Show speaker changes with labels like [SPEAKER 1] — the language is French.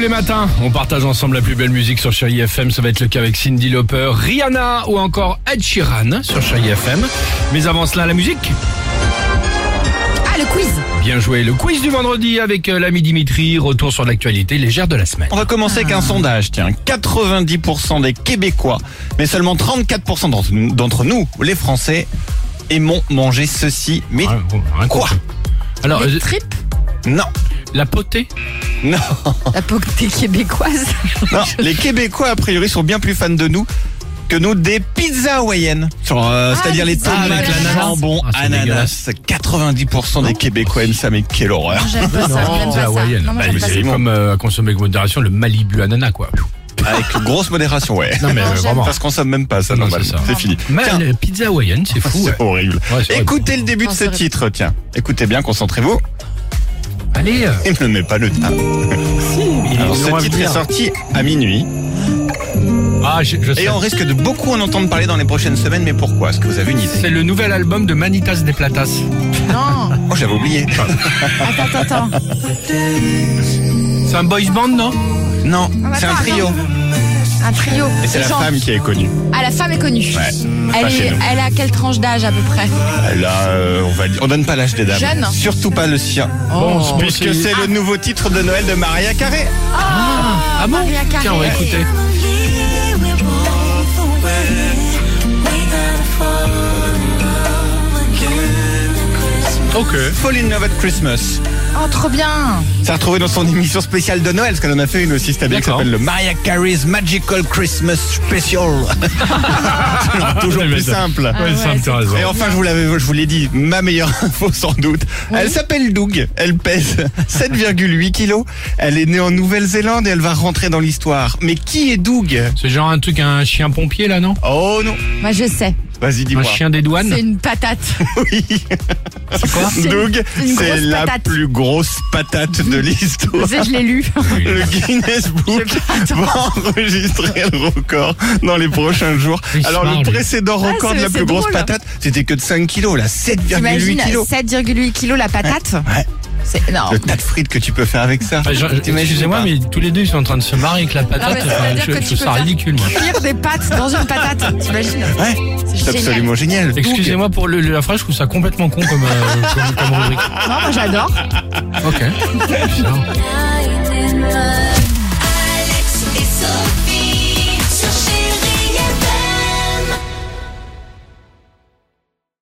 [SPEAKER 1] les matins, on partage ensemble la plus belle musique sur Chéri FM. Ça va être le cas avec Cindy Lauper, Rihanna ou encore Ed Sheeran sur Chéri FM. Mais avant cela, la musique.
[SPEAKER 2] Ah, le quiz
[SPEAKER 1] Bien joué. Le quiz du vendredi avec euh, l'ami Dimitri. Retour sur l'actualité légère de la semaine.
[SPEAKER 3] On va commencer avec
[SPEAKER 1] Ah.
[SPEAKER 3] un sondage, tiens. 90% des Québécois, mais seulement 34% d'entre nous- d'entre nous, les Français, aimons manger ceci. Mais
[SPEAKER 1] Ouais, bon, rien
[SPEAKER 3] quoi
[SPEAKER 1] compris. Alors,
[SPEAKER 2] Les
[SPEAKER 1] euh,
[SPEAKER 2] tripes
[SPEAKER 3] non,
[SPEAKER 1] la potée
[SPEAKER 3] non,
[SPEAKER 2] La potée québécoise
[SPEAKER 3] non. Les Québécois, a priori, sont bien plus fans de nous que nous des pizzas hawaïennes. Sur, euh,
[SPEAKER 2] Ah,
[SPEAKER 3] C'est-à-dire
[SPEAKER 2] les
[SPEAKER 3] les
[SPEAKER 2] pizzas
[SPEAKER 3] tomates,
[SPEAKER 2] avec l'ananas.
[SPEAKER 3] jambon,
[SPEAKER 1] Ah, c'est
[SPEAKER 3] ananas. 90% des Québécois aiment ça, mais quelle horreur.
[SPEAKER 2] J'aime pas ça,
[SPEAKER 3] Ah,
[SPEAKER 2] j'aime
[SPEAKER 1] c'est
[SPEAKER 2] pas ça.
[SPEAKER 1] hawaïenne.
[SPEAKER 2] Non,
[SPEAKER 1] Bah,
[SPEAKER 2] moi, j'aime
[SPEAKER 1] mais
[SPEAKER 2] pas
[SPEAKER 1] c'est
[SPEAKER 2] ça.
[SPEAKER 1] comme euh, à consommer avec modération le Malibu ananas, quoi.
[SPEAKER 3] Avec grosse modération, ouais.
[SPEAKER 1] Non, mais
[SPEAKER 2] Non,
[SPEAKER 1] euh,
[SPEAKER 2] j'aime
[SPEAKER 1] vraiment.
[SPEAKER 3] Parce qu'on s'aime même pas ça,
[SPEAKER 1] Non,
[SPEAKER 3] normal.
[SPEAKER 1] c'est ça.
[SPEAKER 3] C'est fini.
[SPEAKER 1] Mais
[SPEAKER 3] Tiens, Ah,
[SPEAKER 1] la pizza hawaïenne, c'est fou. ouais.
[SPEAKER 3] c'est horrible.
[SPEAKER 1] Ouais, c'est vrai.
[SPEAKER 3] Écoutez le début de
[SPEAKER 2] Non,
[SPEAKER 3] ce
[SPEAKER 2] c'est vrai.
[SPEAKER 3] titre, tiens. Écoutez bien, concentrez-vous.
[SPEAKER 1] Allez, euh,
[SPEAKER 3] Il ne met pas le temps. Alors,
[SPEAKER 1] ils l'ont
[SPEAKER 3] ce
[SPEAKER 1] à
[SPEAKER 3] titre
[SPEAKER 1] venir.
[SPEAKER 3] est sorti à minuit.
[SPEAKER 1] ah, je, je sais.
[SPEAKER 3] Et on risque de beaucoup en entendre parler dans les prochaines semaines, mais pourquoi Est-ce que vous avez une idée
[SPEAKER 1] C'est le nouvel album de Manitas des Platas.
[SPEAKER 2] Non,
[SPEAKER 3] Oh, j'avais oublié.
[SPEAKER 1] Ah.
[SPEAKER 2] attends, attends, attends.
[SPEAKER 1] C'est un boys band, non
[SPEAKER 3] Non,
[SPEAKER 2] Ah,
[SPEAKER 3] c'est un
[SPEAKER 2] attends,
[SPEAKER 3] trio.
[SPEAKER 2] Un trio.
[SPEAKER 3] Et c'est la
[SPEAKER 2] Genre-
[SPEAKER 3] femme qui est connue.
[SPEAKER 2] Ah, la femme est connue.
[SPEAKER 3] Ouais,
[SPEAKER 2] Elle,
[SPEAKER 3] pas
[SPEAKER 2] est,
[SPEAKER 3] chez nous.
[SPEAKER 2] elle a quelle tranche d'âge à peu près
[SPEAKER 3] Là, euh, on va dire- on donne pas l'âge des dames.
[SPEAKER 2] Jeune.
[SPEAKER 3] Surtout pas le sien.
[SPEAKER 2] Oh.
[SPEAKER 1] Bon, c'est-
[SPEAKER 3] Puisque c'est le nouveau titre de Noël de Maria Carré.
[SPEAKER 1] Ah bon
[SPEAKER 2] Maria Carré.
[SPEAKER 1] Tiens, on va écouter. Ok.
[SPEAKER 3] Fall in Love at Christmas.
[SPEAKER 2] Oh, trop bien
[SPEAKER 3] Ça a retrouvé dans son émission spéciale de Noël, parce qu'elle en a fait une aussi, c'était bien, qui
[SPEAKER 1] D'accord.
[SPEAKER 3] s'appelle le Maria Carey's Magical Christmas Special. Toujours plus simple.
[SPEAKER 2] Ah ouais,
[SPEAKER 1] Ah, ça me
[SPEAKER 2] c'est
[SPEAKER 1] raison.
[SPEAKER 3] Et enfin, je vous l'avais, je vous l'ai dit, ma meilleure info sans doute. Elle s'appelle Doug. Elle pèse 7,8 kilos. Elle est née en Nouvelle-Zélande et elle va rentrer dans l'histoire. Mais qui est Doug
[SPEAKER 1] C'est genre un truc, un chien pompier là, non
[SPEAKER 3] Oh non.
[SPEAKER 2] Moi, je sais.
[SPEAKER 3] Vas-y,
[SPEAKER 1] Un
[SPEAKER 3] dis-moi.
[SPEAKER 1] chien des douanes
[SPEAKER 2] C'est une patate.
[SPEAKER 3] Ah, Oui.
[SPEAKER 2] C'est C'est une-
[SPEAKER 3] Doug,
[SPEAKER 2] c'est une
[SPEAKER 3] c'est
[SPEAKER 2] grosse
[SPEAKER 3] la
[SPEAKER 2] patate.
[SPEAKER 3] plus grosse patate de l'histoire.
[SPEAKER 2] Je sais, je l'ai lu.
[SPEAKER 3] Le Guinness Book va enregistrer le record dans les prochains jours.
[SPEAKER 1] Il se
[SPEAKER 3] Alors le
[SPEAKER 1] marre, lui.
[SPEAKER 3] précédent record
[SPEAKER 2] Ah,
[SPEAKER 3] de
[SPEAKER 2] c'est-
[SPEAKER 3] la
[SPEAKER 2] c'est
[SPEAKER 3] plus grosse
[SPEAKER 2] drôle.
[SPEAKER 3] patate, c'était que de 5 kilos, là, 7,8
[SPEAKER 2] T'imagines
[SPEAKER 3] kilos.
[SPEAKER 2] 7,8 kilos la patate
[SPEAKER 3] Ouais.
[SPEAKER 2] C'est énorme.
[SPEAKER 3] Le tas de frites que tu peux faire avec ça.
[SPEAKER 1] Ah, je- je-
[SPEAKER 3] T'imagines
[SPEAKER 1] Excusez-moi,
[SPEAKER 3] pas
[SPEAKER 1] mais tous les deux ils sont en train de se marrer avec la patate.
[SPEAKER 2] mais ça veut
[SPEAKER 1] Enfin,
[SPEAKER 2] dire
[SPEAKER 1] je je
[SPEAKER 2] que tu
[SPEAKER 1] trouve
[SPEAKER 2] peux
[SPEAKER 1] ça
[SPEAKER 2] faire-
[SPEAKER 1] ridicule, moi.
[SPEAKER 2] Cuire des pâtes dans une patate, t'imagines
[SPEAKER 3] Ouais, c'est
[SPEAKER 2] génial.
[SPEAKER 3] absolument génial.
[SPEAKER 1] Excusez-moi pour le- la phrase, je trouve ça complètement con comme, euh, comme, comme rubrique.
[SPEAKER 2] Non, Ah, moi j'adore.
[SPEAKER 1] Ok. Bizarre.
[SPEAKER 4] Alex et Sophie.